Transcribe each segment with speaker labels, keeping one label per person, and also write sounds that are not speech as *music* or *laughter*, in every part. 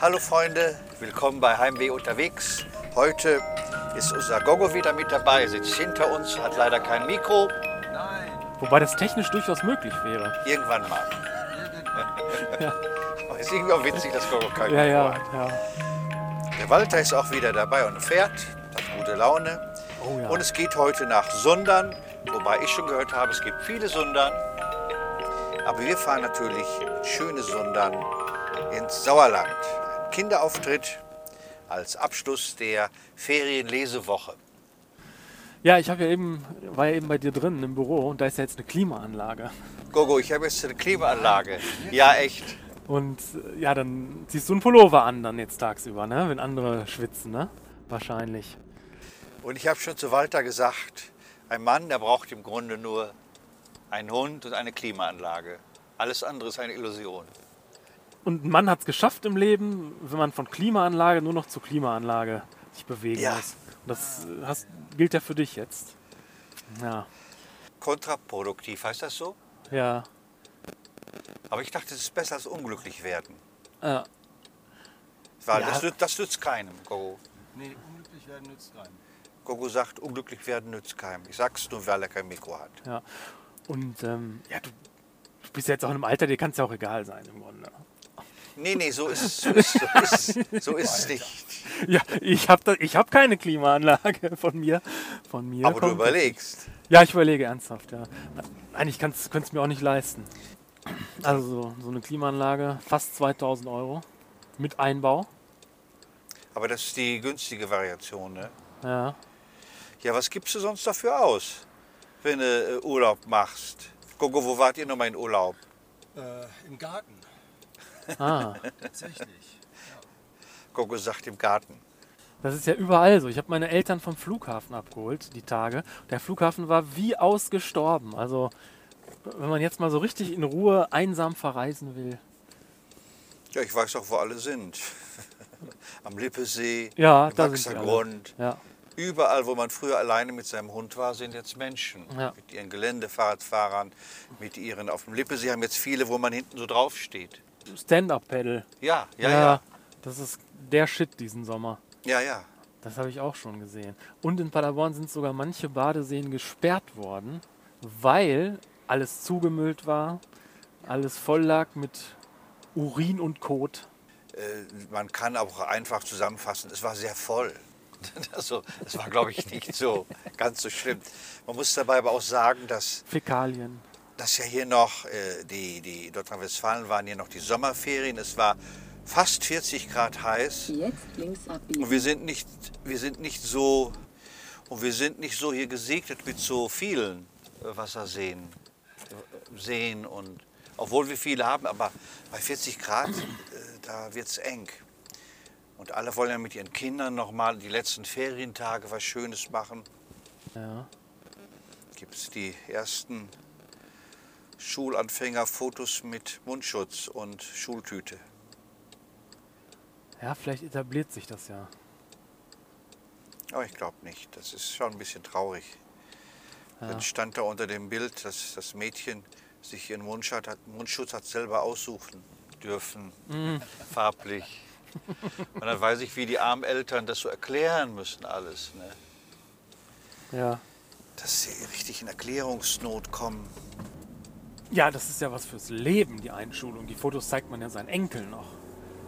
Speaker 1: Hallo Freunde, willkommen bei Heimweh unterwegs. Heute ist unser Gogo wieder mit dabei, sitzt hinter uns, hat leider kein Mikro.
Speaker 2: Wobei das technisch durchaus möglich wäre.
Speaker 1: Irgendwann mal. Aber ist irgendwie auch witzig, dass Gogo kein
Speaker 2: Ja,
Speaker 1: Mikro hat.
Speaker 2: ja, ja.
Speaker 1: Der Walter ist auch wieder dabei und fährt, hat gute Laune.
Speaker 2: Oh ja.
Speaker 1: Und es geht heute nach Sundern, wobei ich schon gehört habe, es gibt viele Sundern. Aber wir fahren natürlich in schöne Sundern ins Sauerland. Ein Kinderauftritt als Abschluss der Ferienlesewoche.
Speaker 2: ja ich habe ja eben, war ja eben bei dir drin im Büro und da ist ja jetzt eine Klimaanlage.
Speaker 1: Gogo, ich habe jetzt eine *laughs* Klimaanlage. Ja, echt.
Speaker 2: Und äh, ja, dann ziehst du einen Pullover an dann jetzt tagsüber, ne? Wenn andere schwitzen, ne? Wahrscheinlich.
Speaker 1: Und ich habe schon zu Walter gesagt, ein Mann, der braucht im Grunde nur einen Hund und eine Klimaanlage. Alles andere ist eine Illusion.
Speaker 2: Und ein Mann hat es geschafft im Leben, wenn man von Klimaanlage nur noch zu Klimaanlage sich bewegen
Speaker 1: Ja.
Speaker 2: muss. Und das äh, hast, gilt ja für dich jetzt. Ja,
Speaker 1: Kontraproduktiv heißt das so?
Speaker 2: ja.
Speaker 1: Aber ich dachte, es ist besser als unglücklich werden.
Speaker 2: Äh,
Speaker 1: Weil
Speaker 2: Ja.
Speaker 1: das, nützt, das nützt keinem, Gogo.
Speaker 3: Nee, unglücklich werden nützt keinem.
Speaker 1: Gogo sagt, unglücklich werden nützt keinem. Ich sag's nur, weil er kein Mikro hat.
Speaker 2: Ja. Und ähm, ja, du, du bist ja jetzt auch in einem Alter, dir kann es ja auch egal sein im Grunde.
Speaker 1: Nee, nee, so ist es, so ist, so ist, so ist es nicht.
Speaker 2: Ja, ich habe hab keine Klimaanlage *laughs* von mir. Von mir
Speaker 1: Aber du
Speaker 2: kommt-
Speaker 1: überlegst.
Speaker 2: Ja, ich überlege ernsthaft, ja. Eigentlich könnte es mir auch nicht leisten. Also so, so eine Klimaanlage, fast 2000 Euro mit Einbau.
Speaker 1: Aber das ist die günstige Variation, ne?
Speaker 2: Ja.
Speaker 1: Ja, was gibst du sonst dafür aus, wenn du äh, Urlaub machst? Gogo, wo wart ihr nochmal in Urlaub?
Speaker 3: Äh, Im Garten,
Speaker 2: Ah,
Speaker 3: tatsächlich.
Speaker 1: Gogo sagt im Garten.
Speaker 2: das ist ja überall so. Ich habe meine Eltern vom Flughafen abgeholt, die Tage. Der Flughafen war wie ausgestorben. Also wenn man jetzt mal so richtig in Ruhe einsam verreisen will.
Speaker 1: Ja, ich weiß auch, wo alle sind. *laughs* Am Lippesee,
Speaker 2: Ja,
Speaker 1: im
Speaker 2: da sind sie alle.
Speaker 1: Wachsergrund.
Speaker 2: Ja,
Speaker 1: Überall, wo man früher alleine mit seinem Hund war, sind jetzt Menschen.
Speaker 2: Ja.
Speaker 1: Mit ihren Geländefahrradfahrern, mit ihren auf dem Lippe. Sie haben jetzt viele, wo man hinten so drauf steht.
Speaker 2: Stand-up-Pedal.
Speaker 1: Ja, ja, ja.
Speaker 2: Das ist der Shit diesen Sommer.
Speaker 1: Ja, ja.
Speaker 2: Das habe ich auch schon gesehen. Und in Paderborn sind sogar manche Badeseen gesperrt worden, weil alles zugemüllt war, alles voll lag mit Urin und Kot.
Speaker 1: Äh, man kann auch einfach zusammenfassen, es war sehr voll. *laughs* Also, es war, glaube ich, nicht so ganz so schlimm. Man muss dabei aber auch sagen, dass
Speaker 2: Fäkalien.
Speaker 1: dass ja hier noch, äh, die, die Nordrhein-Westfalen waren hier noch die Sommerferien. Es war fast 40 Grad heiß
Speaker 4: Jetzt links
Speaker 1: und
Speaker 4: abbiegen.
Speaker 1: wir sind nicht, wir sind nicht so, und wir sind nicht so hier gesegnet mit so vielen äh, Wasserseen, äh, Seen und, obwohl wir viele haben, aber bei 40 Grad, äh, da wird es eng. Und alle wollen ja mit ihren Kindern nochmal die letzten Ferientage was Schönes machen
Speaker 2: Ja.
Speaker 1: gibt es die ersten Schulanfängerfotos mit Mundschutz und Schultüte.
Speaker 2: ja, vielleicht etabliert sich das ja.
Speaker 1: Aber Oh, ich glaube nicht. Das ist schon ein bisschen traurig. Dann stand da unter dem Bild, dass das Mädchen sich ihren Mundschutz hat, Mundschutz hat selber aussuchen dürfen,
Speaker 2: Mhm.
Speaker 1: farblich. Und dann weiß ich, wie die armen Eltern das so erklären müssen alles. Ne?
Speaker 2: Ja.
Speaker 1: Dass sie richtig in Erklärungsnot kommen.
Speaker 2: Ja, das ist ja was fürs Leben, die Einschulung. Die Fotos zeigt man ja seinen Enkel noch.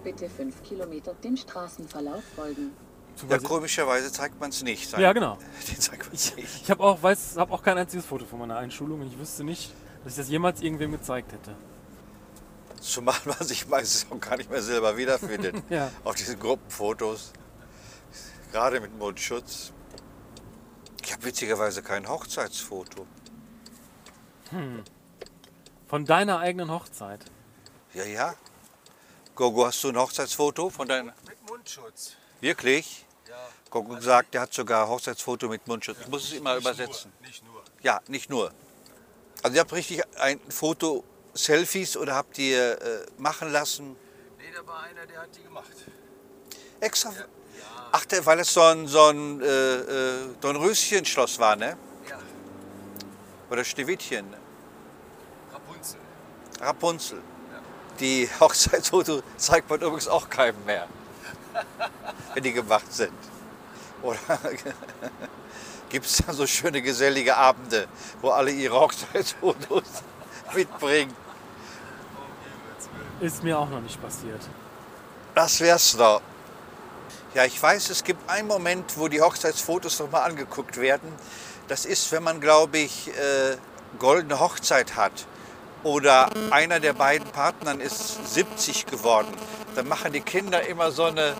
Speaker 4: Bitte 5 Kilometer dem Straßenverlauf folgen.
Speaker 2: Zu
Speaker 1: Ja,
Speaker 2: überse-
Speaker 1: komischerweise zeigt man es nicht.
Speaker 2: Ja, genau.
Speaker 1: Den zeigt man's nicht.
Speaker 2: Ich habe auch, weiß, hab auch kein einziges Foto von meiner Einschulung und ich wüsste nicht, dass ich das jemals irgendwem gezeigt hätte.
Speaker 1: Zumal *laughs* man sich meistens auch gar nicht mehr selber wiederfindet.
Speaker 2: Ja.
Speaker 1: Auf diesen Gruppenfotos. Gerade mit Mundschutz. Ich habe witzigerweise kein Hochzeitsfoto.
Speaker 2: Von deiner eigenen Hochzeit.
Speaker 1: Ja, ja. Gogo, hast du ein Hochzeitsfoto von deinem.
Speaker 3: Mit Mundschutz.
Speaker 1: Wirklich?
Speaker 3: Ja.
Speaker 1: Gogo sagt, der hat sogar Hochzeitsfoto mit Mundschutz. Ich muss es immer übersetzen.
Speaker 3: Nur, nicht nur.
Speaker 1: Ja, nicht nur. Also, ihr habt richtig ein Foto, Selfies oder habt ihr äh, machen lassen?
Speaker 3: Nee, da war einer, der hat die gemacht.
Speaker 1: Extra. Ach, der, weil es so ein, so ein äh, äh, Dornröschen-Schloss war, ne?
Speaker 3: Ja.
Speaker 1: Oder Schneewittchen.
Speaker 3: Rapunzel.
Speaker 1: Rapunzel. Die *laughs* Hochzeitsfoto zeigt man übrigens auch keinem mehr, *laughs* wenn die gemacht sind. Oder *laughs* gibt es dann so schöne gesellige Abende, wo alle ihre Hochzeitsfotos *laughs* mitbringen?
Speaker 2: Ist mir auch noch nicht passiert.
Speaker 1: Das wär's doch. Ja, ich weiß, es gibt einen Moment, wo die Hochzeitsfotos nochmal angeguckt werden. Das ist, wenn man, glaube ich, äh, goldene Hochzeit hat oder einer der beiden Partnern ist 70 geworden. Dann machen die Kinder immer so eine,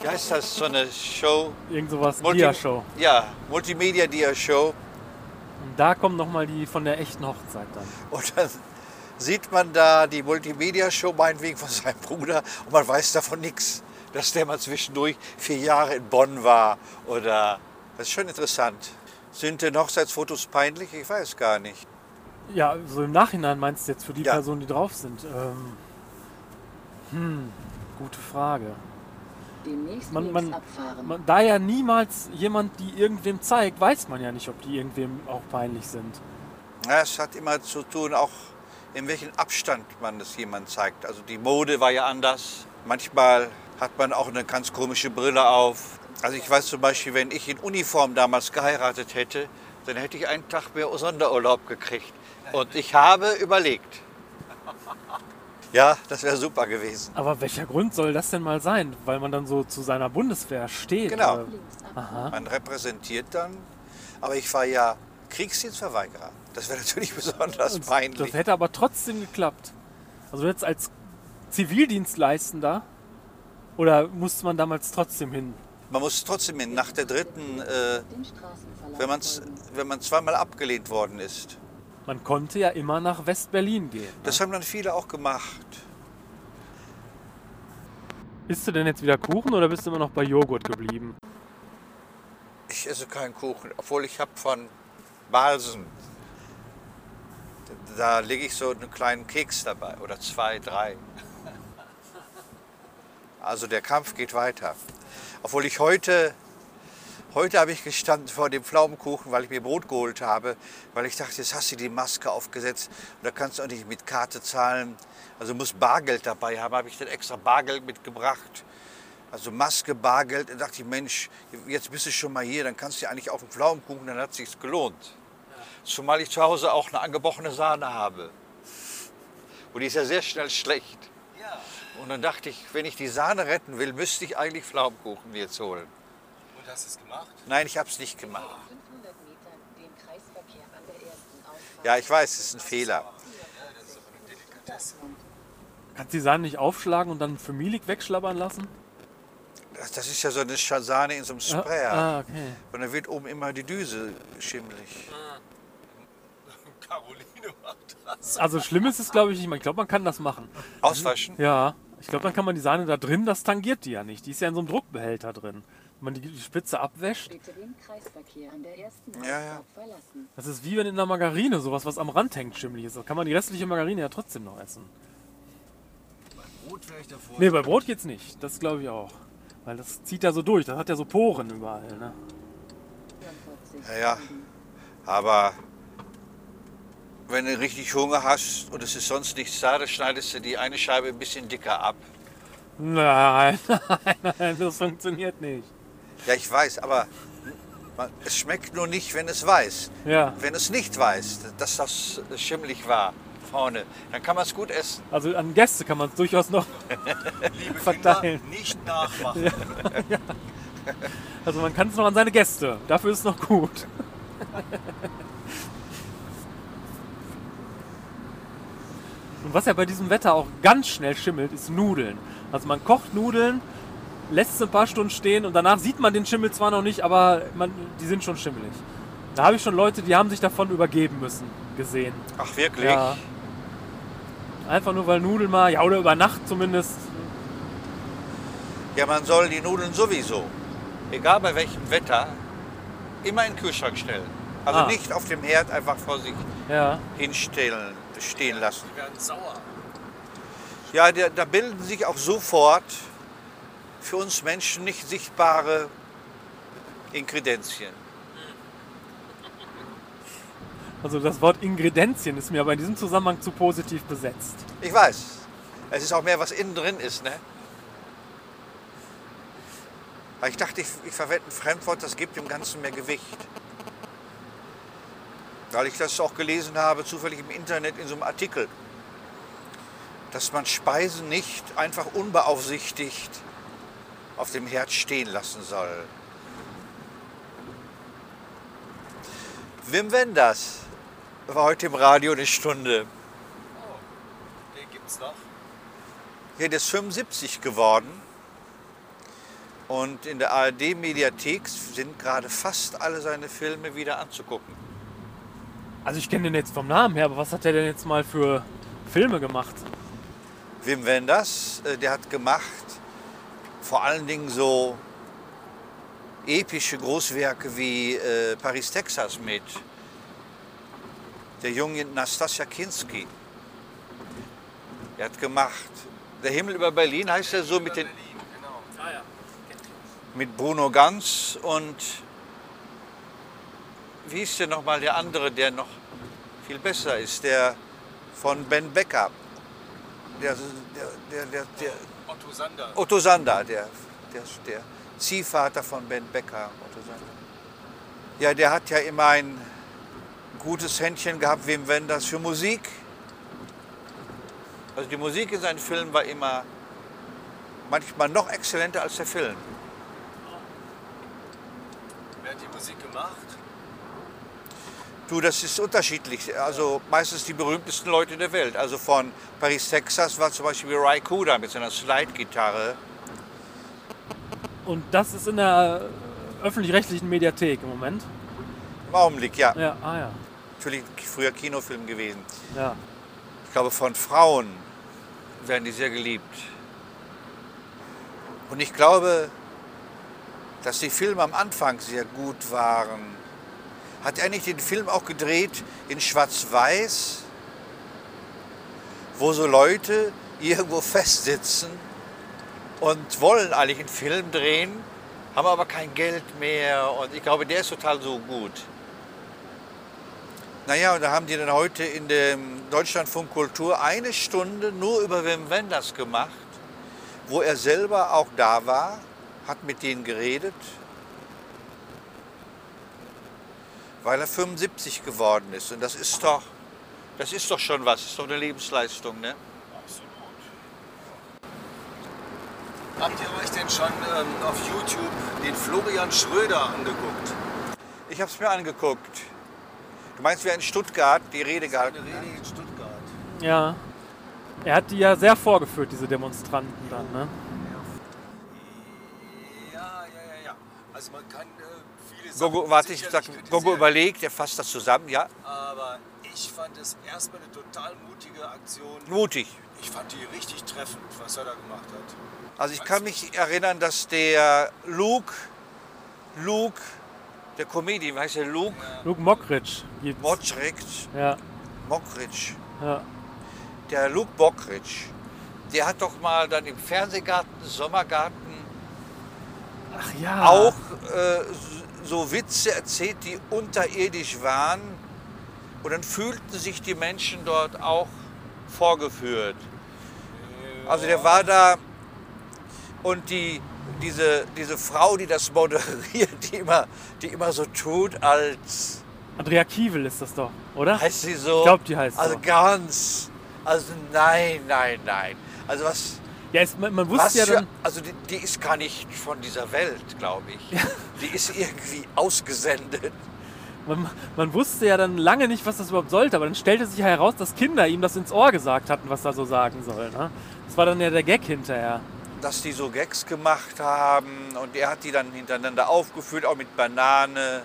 Speaker 1: wie heißt das, so eine Show?
Speaker 2: Irgend sowas, Dia-Show.
Speaker 1: Ja, Multimedia-Dia-Show.
Speaker 2: Und da kommt nochmal die von der echten Hochzeit dann.
Speaker 1: *laughs* Und dann sieht man da die Multimedia-Show meinetwegen von seinem Bruder und man weiß davon nichts, dass der mal zwischendurch vier Jahre in Bonn war. Oder das ist schon interessant. Sind denn Hochzeitsfotos peinlich? Ich weiß gar nicht.
Speaker 2: Ja, so im Nachhinein meinst du jetzt für die
Speaker 1: Ja.
Speaker 2: Personen, die drauf sind. Ähm, hm, gute Frage.
Speaker 4: Demnächst
Speaker 2: Man-
Speaker 4: links
Speaker 2: man-
Speaker 4: abfahren.
Speaker 2: Man, da ja niemals jemand die irgendwem zeigt, weiß man ja nicht, ob die irgendwem auch peinlich sind.
Speaker 1: Ja, es hat immer zu tun, auch in welchem Abstand man es jemand zeigt. Also die Mode war ja anders. Manchmal hat man auch eine ganz komische Brille auf. Also ich weiß zum Beispiel, wenn ich in Uniform damals geheiratet hätte, dann hätte ich einen Tag mehr Sonderurlaub gekriegt. Und ich habe überlegt. Ja, das wäre super gewesen.
Speaker 2: Aber welcher Grund soll das denn mal sein? Weil man dann so zu seiner Bundeswehr steht.
Speaker 1: Genau.
Speaker 2: oder?
Speaker 4: links abfahren.
Speaker 2: Aha.
Speaker 1: Man repräsentiert dann, aber ich war ja Kriegsdienstverweigerer. Das wäre *laughs* natürlich besonders
Speaker 2: Das
Speaker 1: peinlich.
Speaker 2: hätte aber trotzdem geklappt. Also jetzt als Zivildienstleistender oder musste man damals trotzdem hin?
Speaker 1: Man muss trotzdem hin. Nach der dritten äh,
Speaker 4: Dem Straßenverlauf
Speaker 1: wenn, man's,
Speaker 4: folgen.
Speaker 1: wenn man zweimal abgelehnt worden ist.
Speaker 2: Man konnte ja immer nach West-Berlin gehen. Ne?
Speaker 1: Das haben dann viele auch gemacht.
Speaker 2: Isst du denn jetzt wieder Kuchen oder bist du immer noch bei Joghurt geblieben?
Speaker 1: Ich esse keinen Kuchen, obwohl ich habe von Balsen. Da lege ich so einen kleinen Keks dabei oder zwei, drei. *laughs* Also der Kampf geht weiter. Obwohl ich heute, heute habe ich gestanden vor dem Pflaumenkuchen, weil ich mir Brot geholt habe, weil ich dachte, jetzt hast du die Maske aufgesetzt und da kannst du auch nicht mit Karte zahlen. Also muss Bargeld dabei haben, habe ich dann extra Bargeld mitgebracht. Also Maske, Bargeld, da dachte ich, Mensch, jetzt bist du schon mal hier, dann kannst du ja eigentlich auf den Pflaumenkuchen, dann hat es sich gelohnt. Zumal ich zu Hause auch eine angebrochene Sahne habe. Und die ist ja sehr schnell schlecht.
Speaker 3: Ja.
Speaker 1: Und dann dachte ich, wenn ich die Sahne retten will, müsste ich eigentlich Pflaumenkuchen mir jetzt holen.
Speaker 3: Und hast du es gemacht? *laughs*
Speaker 1: Nein, ich habe es nicht gemacht.
Speaker 4: 500 Meter den Kreisverkehr an der ersten Ausfahrt.
Speaker 1: Ja, ich weiß, es ist ein Fehler.
Speaker 4: Das Rund.
Speaker 2: Kannst du die Sahne nicht aufschlagen und dann für Milik wegschlabbern lassen?
Speaker 1: Das, das ist ja so eine Sahne in so einem Sprayer.
Speaker 2: Ah, ah, okay.
Speaker 1: Und dann wird oben immer die Düse schimmelig.
Speaker 3: Caroline macht das.
Speaker 2: Also schlimm ist es, glaube ich, nicht. Ich glaube, man kann das machen.
Speaker 1: Auswaschen?
Speaker 2: Ja, ich glaube, dann kann man die Sahne da drin, das tangiert die ja nicht. Die ist ja in so einem Druckbehälter drin. Wenn man die, die Spitze abwäscht,
Speaker 4: Bitte den Kreisverkehr an der ersten
Speaker 1: Ja, ja.
Speaker 4: Ausfahrt verlassen.
Speaker 2: das ist wie wenn in einer Margarine sowas, was am Rand hängt, schimmelig ist. Da kann man die restliche Margarine ja trotzdem noch essen.
Speaker 3: Rot wäre ich davor.
Speaker 2: Nee, bei Brot geht's nicht. Das glaube ich auch. Weil das zieht ja so durch. Das hat ja so Poren überall. Ne?
Speaker 4: 44
Speaker 1: Ja, ja.
Speaker 4: Süden.
Speaker 1: Aber wenn du richtig Hunger hast und es ist sonst nichts da, dann schneidest du die eine Scheibe ein bisschen dicker ab.
Speaker 2: Nein, *laughs* nein, nein, das funktioniert nicht.
Speaker 1: Ja, ich weiß, aber man, es schmeckt nur nicht, wenn es weiß.
Speaker 2: Ja,
Speaker 1: Wenn es nicht weiß, dass das schimmelig war vorne, dann kann man es gut essen.
Speaker 2: also an Gäste kann man es durchaus noch.
Speaker 3: Liebe
Speaker 2: verteilen.
Speaker 3: Kinder, nicht nachmachen.
Speaker 2: Also man kann es noch an seine Gäste. Dafür ist es noch gut. Und was ja bei diesem Wetter auch ganz schnell schimmelt, ist Nudeln. Also man kocht Nudeln, lässt sie ein paar Stunden stehen und danach sieht man den Schimmel zwar noch nicht, aber man, die sind schon schimmelig. Da habe ich schon Leute, die haben sich davon übergeben müssen, gesehen.
Speaker 1: Ach, wirklich?
Speaker 2: Ja. Einfach nur weil Nudeln mal, ja oder über Nacht zumindest.
Speaker 1: Ja, man soll die Nudeln sowieso, egal bei welchem Wetter, immer in den Kühlschrank stellen. Also
Speaker 2: Ah.
Speaker 1: nicht auf dem Herd einfach vor sich
Speaker 2: Ja.
Speaker 1: hinstellen, stehen lassen.
Speaker 3: Die werden sauer.
Speaker 1: Ja, da, da bilden sich auch sofort für uns Menschen nicht sichtbare Inkredenzien.
Speaker 2: Also das Wort Ingredienzien ist mir aber in diesem Zusammenhang zu positiv besetzt.
Speaker 1: Ich weiß, Es ist auch mehr, was innen drin ist, ne? Aber ich dachte, ich, ich verwende ein Fremdwort, das gibt dem Ganzen mehr Gewicht. Weil ich das auch gelesen habe, zufällig im Internet in so einem Artikel, dass man Speisen nicht einfach unbeaufsichtigt auf dem Herd stehen lassen soll. Wim Wenders war heute im Radio eine Stunde.
Speaker 3: Den gibt's noch.
Speaker 1: Ja, der ist 75 geworden. Und in der ARD-Mediathek sind gerade fast alle seine Filme wieder anzugucken.
Speaker 2: Also ich kenne den jetzt vom Namen her, aber was hat der denn jetzt mal für Filme gemacht?
Speaker 1: Wim Wenders, äh, der hat gemacht vor allen Dingen so epische Großwerke wie äh, Paris, Texas mit der jungen Nastasia Kinski. Er hat gemacht Der Himmel über Berlin heißt er so mit den
Speaker 3: Berlin, genau.
Speaker 1: mit Bruno Ganz und wie hieß denn nochmal der andere, der noch viel besser ist, der von Ben Becker, der, der, der, der, der
Speaker 3: Otto Sander.
Speaker 1: Otto Sander, der, der, der Ziehvater von Ben Becker. Otto Sander. Ja, der hat ja immer ein gutes Händchen gehabt, wem wenn das für Musik. Also die Musik in seinen Filmen war immer manchmal noch exzellenter als der Film.
Speaker 3: Wer hat die Musik gemacht?
Speaker 1: Du, das ist unterschiedlich. Also meistens die berühmtesten Leute der Welt. Also von Paris, Texas war zum Beispiel Ry Cooder mit seiner Slide-Gitarre.
Speaker 2: Und das ist in der äh, öffentlich-rechtlichen Mediathek im Moment.
Speaker 1: Im Augenblick, ja.
Speaker 2: Ja, ah ja.
Speaker 1: Natürlich früher Kinofilm gewesen.
Speaker 2: Ja.
Speaker 1: Ich glaube, von Frauen werden die sehr geliebt. Und ich glaube, dass die Filme am Anfang sehr gut waren. Hat er nicht den Film auch gedreht in Schwarz-Weiß, wo so Leute irgendwo *laughs* festsitzen und wollen eigentlich einen Film drehen, haben aber kein Geld mehr. Und ich glaube, der ist total so gut. Naja, und da haben die dann heute in dem Deutschlandfunk Kultur eine Stunde nur über Wim Wenders gemacht, wo er selber auch da war, hat mit denen geredet, weil er 75 geworden ist. Und das ist doch, das ist doch schon was, ist doch eine Lebensleistung, ne?
Speaker 3: Absolut. Habt ihr euch denn schon ähm, auf YouTube den Florian Schröder angeguckt?
Speaker 1: Ich habe es mir angeguckt. Du meinst, wer in Stuttgart die Rede
Speaker 3: Eine
Speaker 1: gehalten hat?
Speaker 3: Rede in Stuttgart.
Speaker 2: Ja. Er hat die ja sehr vorgeführt, diese Demonstranten dann, ne?
Speaker 3: Ja, ja, ja, ja. Also man kann äh, viele Sachen
Speaker 1: Gogo, warte, ich sag,
Speaker 3: sicherlich
Speaker 1: Gogo
Speaker 3: kritisieren,
Speaker 1: überlegt, er fasst das zusammen, ja?
Speaker 3: Aber ich fand es erstmal eine total mutige Aktion.
Speaker 1: Mutig.
Speaker 3: Ich fand die richtig treffend, was er da gemacht hat.
Speaker 1: Also ich kann mich erinnern, dass der Luke, Luke, der Comedian, wie heißt der Luke?
Speaker 2: Luke Mockridge gibt's.
Speaker 1: Mockridge,
Speaker 2: Ja,
Speaker 1: Mockridge,
Speaker 2: ja.
Speaker 1: der Luke Mockridge, der hat doch mal dann im Fernsehgarten, Sommergarten
Speaker 2: Ach ja.
Speaker 1: auch äh, so Witze erzählt, die unterirdisch waren. Und dann fühlten sich die Menschen dort auch vorgeführt. Also der war da und die, diese, diese Frau, die das moderiert, die immer, die immer so tut, als
Speaker 2: Andrea Kiewel ist das doch, oder?
Speaker 1: heißt sie so.
Speaker 2: Ich glaub, die heißt
Speaker 1: Also
Speaker 2: so.
Speaker 1: ganz. Also nein, nein, nein. Also was.
Speaker 2: Ja, es, man, man
Speaker 1: Was
Speaker 2: wusste ja
Speaker 1: für,
Speaker 2: dann.
Speaker 1: also die, die ist gar nicht von dieser Welt, glaube ich. Die ist irgendwie ausgesendet.
Speaker 2: Man, man wusste ja dann lange nicht, was das überhaupt sollte, aber dann stellte sich ja heraus, dass Kinder ihm das ins Ohr gesagt hatten, was er so sagen soll. Ne? Das war dann ja der Gag hinterher.
Speaker 1: dass die so Gags gemacht haben und er hat die dann hintereinander aufgeführt, auch mit Banane.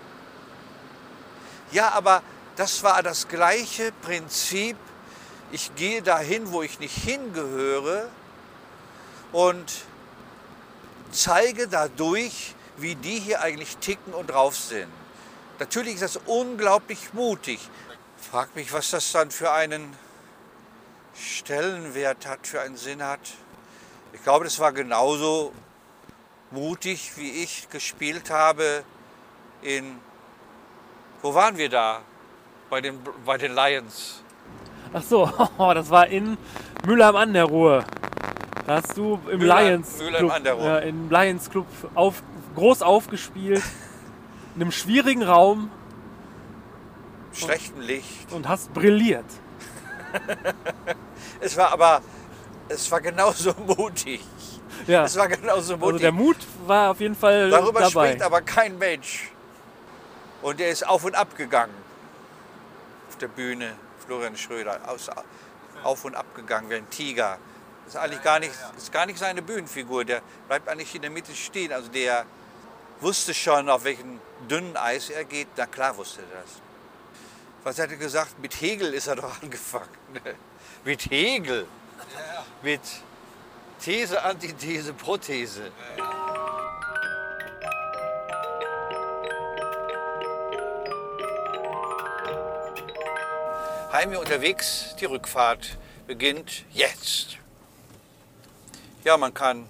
Speaker 1: Ja, aber das war das gleiche Prinzip. Ich gehe dahin, wo ich nicht hingehöre und zeige dadurch, wie die hier eigentlich ticken und drauf sind. Natürlich ist das unglaublich mutig. Frag mich, was das dann für einen Stellenwert hat, für einen Sinn hat. Ich glaube, das war genauso mutig, wie ich gespielt habe in. Wo waren wir da? Bei den, bei den Lions.
Speaker 2: *laughs* Ach so, das war in Müller am An der Ruhr. Hast du im
Speaker 1: Mülheim-
Speaker 2: Lions
Speaker 1: Mülheim
Speaker 2: Club,
Speaker 1: Underwood.
Speaker 2: ja, im Lions Club auf,
Speaker 1: *laughs*
Speaker 2: groß aufgespielt, in einem schwierigen Raum
Speaker 1: schlechtem Licht.
Speaker 2: und hast brilliert.
Speaker 1: Es war aber, es war genauso *laughs* mutig.
Speaker 2: Ja,
Speaker 1: Es war genauso
Speaker 2: also
Speaker 1: mutig.
Speaker 2: der Mut war auf jeden Fall
Speaker 1: Darüber
Speaker 2: dabei.
Speaker 1: spricht aber kein Mensch. Und er ist auf und ab gegangen. Auf der Bühne, Florian Schröder, aus, auf und ab gegangen wie ein Tiger. Das ist eigentlich gar nicht, ist gar nicht seine Bühnenfigur. Der bleibt eigentlich in der Mitte stehen. Also der wusste schon, auf welchen dünnen Eis er geht. Na klar wusste er das. Was hat er gesagt? Mit Hegel ist er doch *laughs* angefangen. ne? Mit Hegel. Mit These, Antithese, Prothese. Heimweh unterwegs, die Rückfahrt beginnt jetzt. Ja, man kann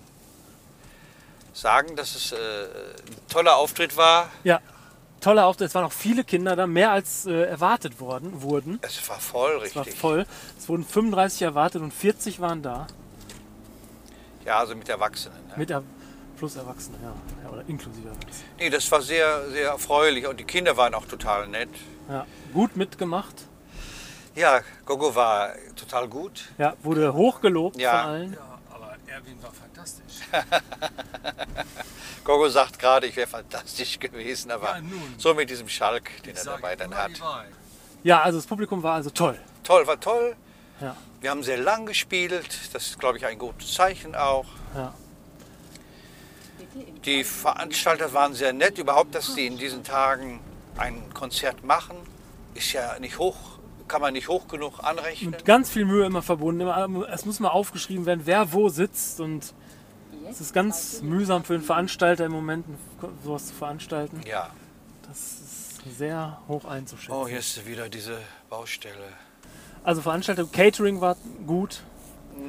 Speaker 1: sagen, dass es äh, ein toller Auftritt war.
Speaker 2: Ja, toller Auftritt. Es waren auch viele Kinder da, mehr als äh, erwartet worden, wurden.
Speaker 1: Es war voll,
Speaker 2: Es war
Speaker 1: richtig.
Speaker 2: voll. Es wurden 35 erwartet und 40 waren da.
Speaker 1: Ja, also mit Erwachsenen. Ne?
Speaker 2: Mit er plus Erwachsene, ja. ja. Oder inklusive Erwachsene.
Speaker 1: Nee, das war sehr, sehr erfreulich und die Kinder waren auch total nett.
Speaker 2: Ja, gut mitgemacht.
Speaker 1: Ja, Gogo war total gut.
Speaker 2: Ja, wurde hochgelobt
Speaker 1: Ja.
Speaker 2: von allen.
Speaker 3: Ja, aber Erwin war fantastisch.
Speaker 1: Gogo sagt gerade, ich wäre fantastisch *laughs* gewesen, aber
Speaker 3: Ja, nun.
Speaker 1: so mit diesem Schalk, den er
Speaker 3: Sag
Speaker 1: dabei dann
Speaker 3: immer
Speaker 1: hat.
Speaker 3: die Wahrheit.
Speaker 2: Ja, also das Publikum war also toll.
Speaker 1: Toll, war toll.
Speaker 2: Ja,
Speaker 1: Wir haben sehr lang gespielt. Das ist, glaube ich, ein gutes Zeichen auch.
Speaker 2: ja.
Speaker 4: Bitte im
Speaker 1: Die Veranstalter waren sehr nett. Überhaupt, dass die in diesen Tagen ein Konzert machen, ist ja nicht hoch, kann man nicht hoch genug anrechnen.
Speaker 2: Mit ganz viel Mühe immer verbunden. Immer, ähm, es muss mal aufgeschrieben werden, wer wo sitzt. Und es ist ganz mühsam für einen Veranstalter im Moment, sowas zu veranstalten.
Speaker 1: Ja.
Speaker 2: Das ist sehr hoch einzuschätzen.
Speaker 1: Oh, hier ist wieder diese Baustelle.
Speaker 2: Also Veranstaltung, Catering war gut.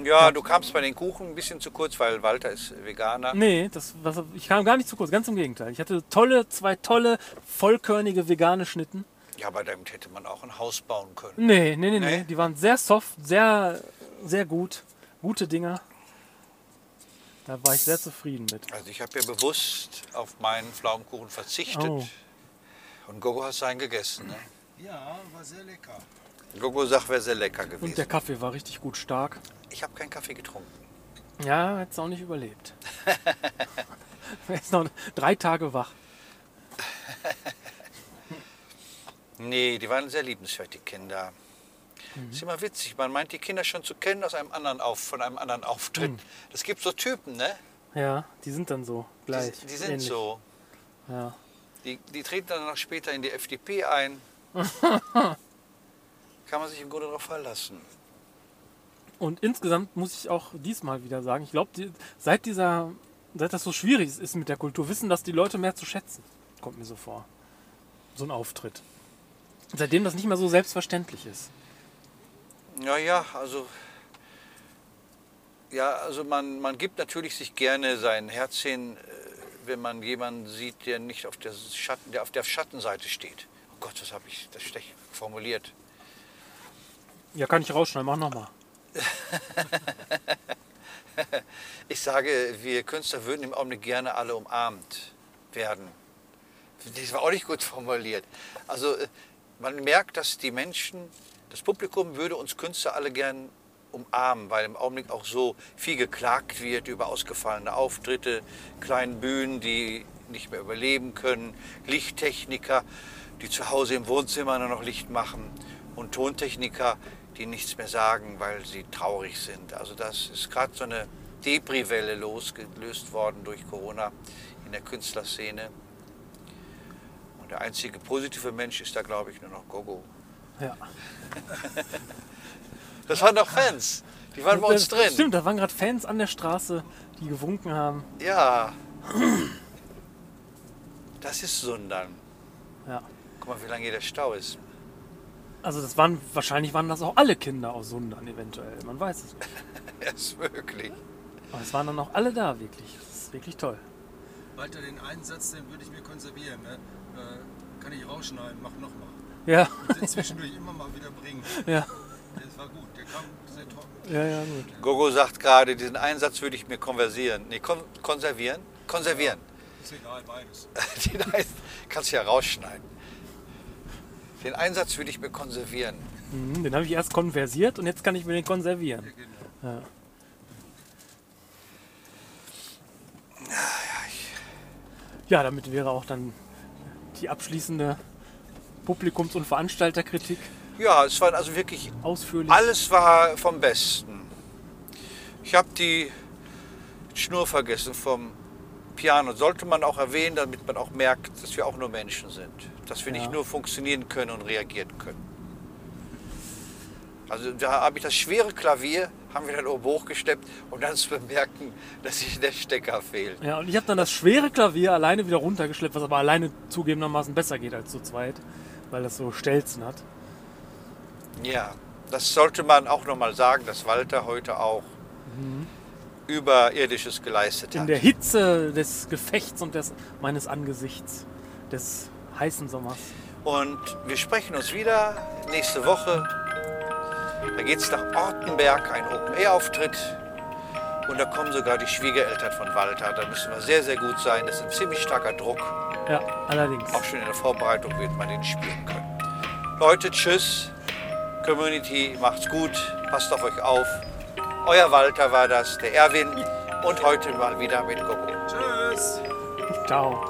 Speaker 1: Ja, du kamst bei den Kuchen ein bisschen zu kurz, weil Walter ist Veganer.
Speaker 2: Nee, das, was, ich kam gar nicht zu kurz, ganz im Gegenteil. Ich hatte tolle, zwei tolle, vollkörnige vegane Schnitten.
Speaker 1: Ja, aber damit hätte man auch ein Haus bauen können.
Speaker 2: Nee, nee, nee, nee.
Speaker 1: Nee?
Speaker 2: Die waren sehr soft, sehr, sehr gut. Gute Dinger. Da war ich sehr zufrieden mit.
Speaker 1: Also ich habe ja bewusst auf meinen Pflaumenkuchen verzichtet.
Speaker 2: Oh.
Speaker 1: Und Gogo hat seinen gegessen. Ne?
Speaker 3: Ja, war sehr lecker.
Speaker 1: Gogo sagt, wäre sehr lecker
Speaker 2: Und der
Speaker 1: gewesen.
Speaker 2: Kaffee war richtig gut stark.
Speaker 1: Ich habe keinen Kaffee getrunken.
Speaker 2: Ja, hätte es auch nicht *laughs* überlebt. Wär Jetzt noch drei Tage wach.
Speaker 1: Nee, die waren sehr liebenswert, die Kinder.
Speaker 2: Mhm.
Speaker 1: Ist immer witzig, man meint die Kinder schon zu kennen aus einem anderen Auf, von einem anderen Auftritt.
Speaker 2: Mhm.
Speaker 1: Das gibt so Typen, ne?
Speaker 2: Ja, die sind dann so gleich.
Speaker 1: Die, die sind
Speaker 2: ähnlich.
Speaker 1: so.
Speaker 2: Ja.
Speaker 1: Die, die treten dann noch später in die FDP
Speaker 2: *laughs*
Speaker 1: ein. Kann man sich im Grunde darauf verlassen.
Speaker 2: Und insgesamt muss ich auch diesmal wieder sagen, ich glaube, die, seit dieser, seit das so schwierig ist mit der Kultur, wissen das die Leute mehr zu schätzen. Kommt mir so vor. So ein Auftritt. Seitdem das nicht mehr so selbstverständlich ist.
Speaker 1: Ja, ja, also. Ja, also man, man gibt natürlich sich gerne sein Herz hin, äh, wenn man jemanden sieht, der nicht auf der Schatten, der auf der Schattenseite steht. Oh Gott, das habe ich, das schlecht formuliert.
Speaker 2: Ja, kann ich rausschneiden, mach nochmal.
Speaker 1: Ich sage, wir Künstler würden im Augenblick gerne alle umarmt werden. Das war auch nicht gut formuliert. Also äh, man merkt, dass die Menschen, das Publikum würde uns Künstler alle gern umarmen, weil im Augenblick auch so viel geklagt wird über ausgefallene Auftritte, kleinen Bühnen, die nicht mehr überleben können, Lichttechniker, die zu Hause im Wohnzimmer nur noch Licht machen und Tontechniker, die nichts mehr sagen, weil sie traurig sind. Also das ist gerade so eine Depri-Welle losgelöst worden durch Corona in der Künstlerszene. Und der einzige positive Mensch ist da, glaube ich, nur noch Gogo.
Speaker 2: Ja.
Speaker 1: Das waren doch Fans. Die waren bei uns drin.
Speaker 2: Äh, Stimmt, da waren gerade Fans an der Straße, die gewunken haben.
Speaker 1: Ja. Das ist Sundern.
Speaker 2: Ja.
Speaker 1: Guck mal, wie lange hier der Stau ist. *laughs*
Speaker 2: Also das waren, wahrscheinlich waren das auch alle Kinder aus Sundern eventuell. Man weiß es nicht.
Speaker 1: Er ist möglich.
Speaker 2: Aber es waren dann auch alle da, wirklich. Das ist wirklich toll.
Speaker 3: Walter, den einen Satz, den würde ich mir konservieren. Ne? Äh, kann ich rausschneiden, mach nochmal.
Speaker 2: Ja, *laughs*
Speaker 3: Den zwischendurch immer mal wieder bringen.
Speaker 2: ja.
Speaker 3: Das war gut, der kam sehr trocken.
Speaker 2: Ja, ja, gut.
Speaker 1: Gogo sagt gerade, diesen Einsatz würde ich mir konversieren. Nee, kon konservieren? Konservieren. *laughs*
Speaker 3: Ist egal, beides.
Speaker 1: Den Einsatz kannst du ja rausschneiden. Den Einsatz würde ich mir konservieren.
Speaker 2: Mhm, den habe ich erst konversiert und jetzt kann ich mir den konservieren.
Speaker 3: Genau.
Speaker 2: Ja, damit wäre auch dann die abschließende Publikums- und Veranstalterkritik
Speaker 1: Ja, es waren also wirklich
Speaker 2: ausführlich.
Speaker 1: Alles war vom Besten. Ich habe die Schnur vergessen vom Piano. Sollte man auch erwähnen, damit man auch merkt, dass wir auch nur Menschen sind. Dass wir
Speaker 2: Ja.
Speaker 1: nicht nur funktionieren können und reagieren können. Also da habe ich das schwere Klavier, haben wir dann oben hochgesteppt, um dann zu bemerken, dass sich der Stecker fehlt.
Speaker 2: Ja, und ich habe dann das schwere Klavier alleine wieder runtergeschleppt, was aber alleine zugegebenermaßen besser geht als zu zweit, weil das so Stelzen hat.
Speaker 1: Ja, das sollte man auch nochmal sagen, dass Walter heute auch überirdisches geleistet
Speaker 2: Mhm. In
Speaker 1: hat.
Speaker 2: der Hitze des Gefechts und des meines Angesichts, des heißen Sommers.
Speaker 1: Und wir sprechen uns wieder nächste Woche. Da geht es nach Ortenberg, ein Open-Air-Auftritt. Und da kommen sogar die Schwiegereltern von Walter. Da müssen wir sehr, sehr gut sein. Das ist ein ziemlich starker Druck.
Speaker 2: Ja, allerdings.
Speaker 1: Auch schon in der Vorbereitung wird man den spielen können. Leute, tschüss. Community, macht's gut. Passt auf euch auf. Euer Walter war das, der Erwin. Und heute mal wieder mit Gogo.
Speaker 3: Tschüss!
Speaker 2: Ciao.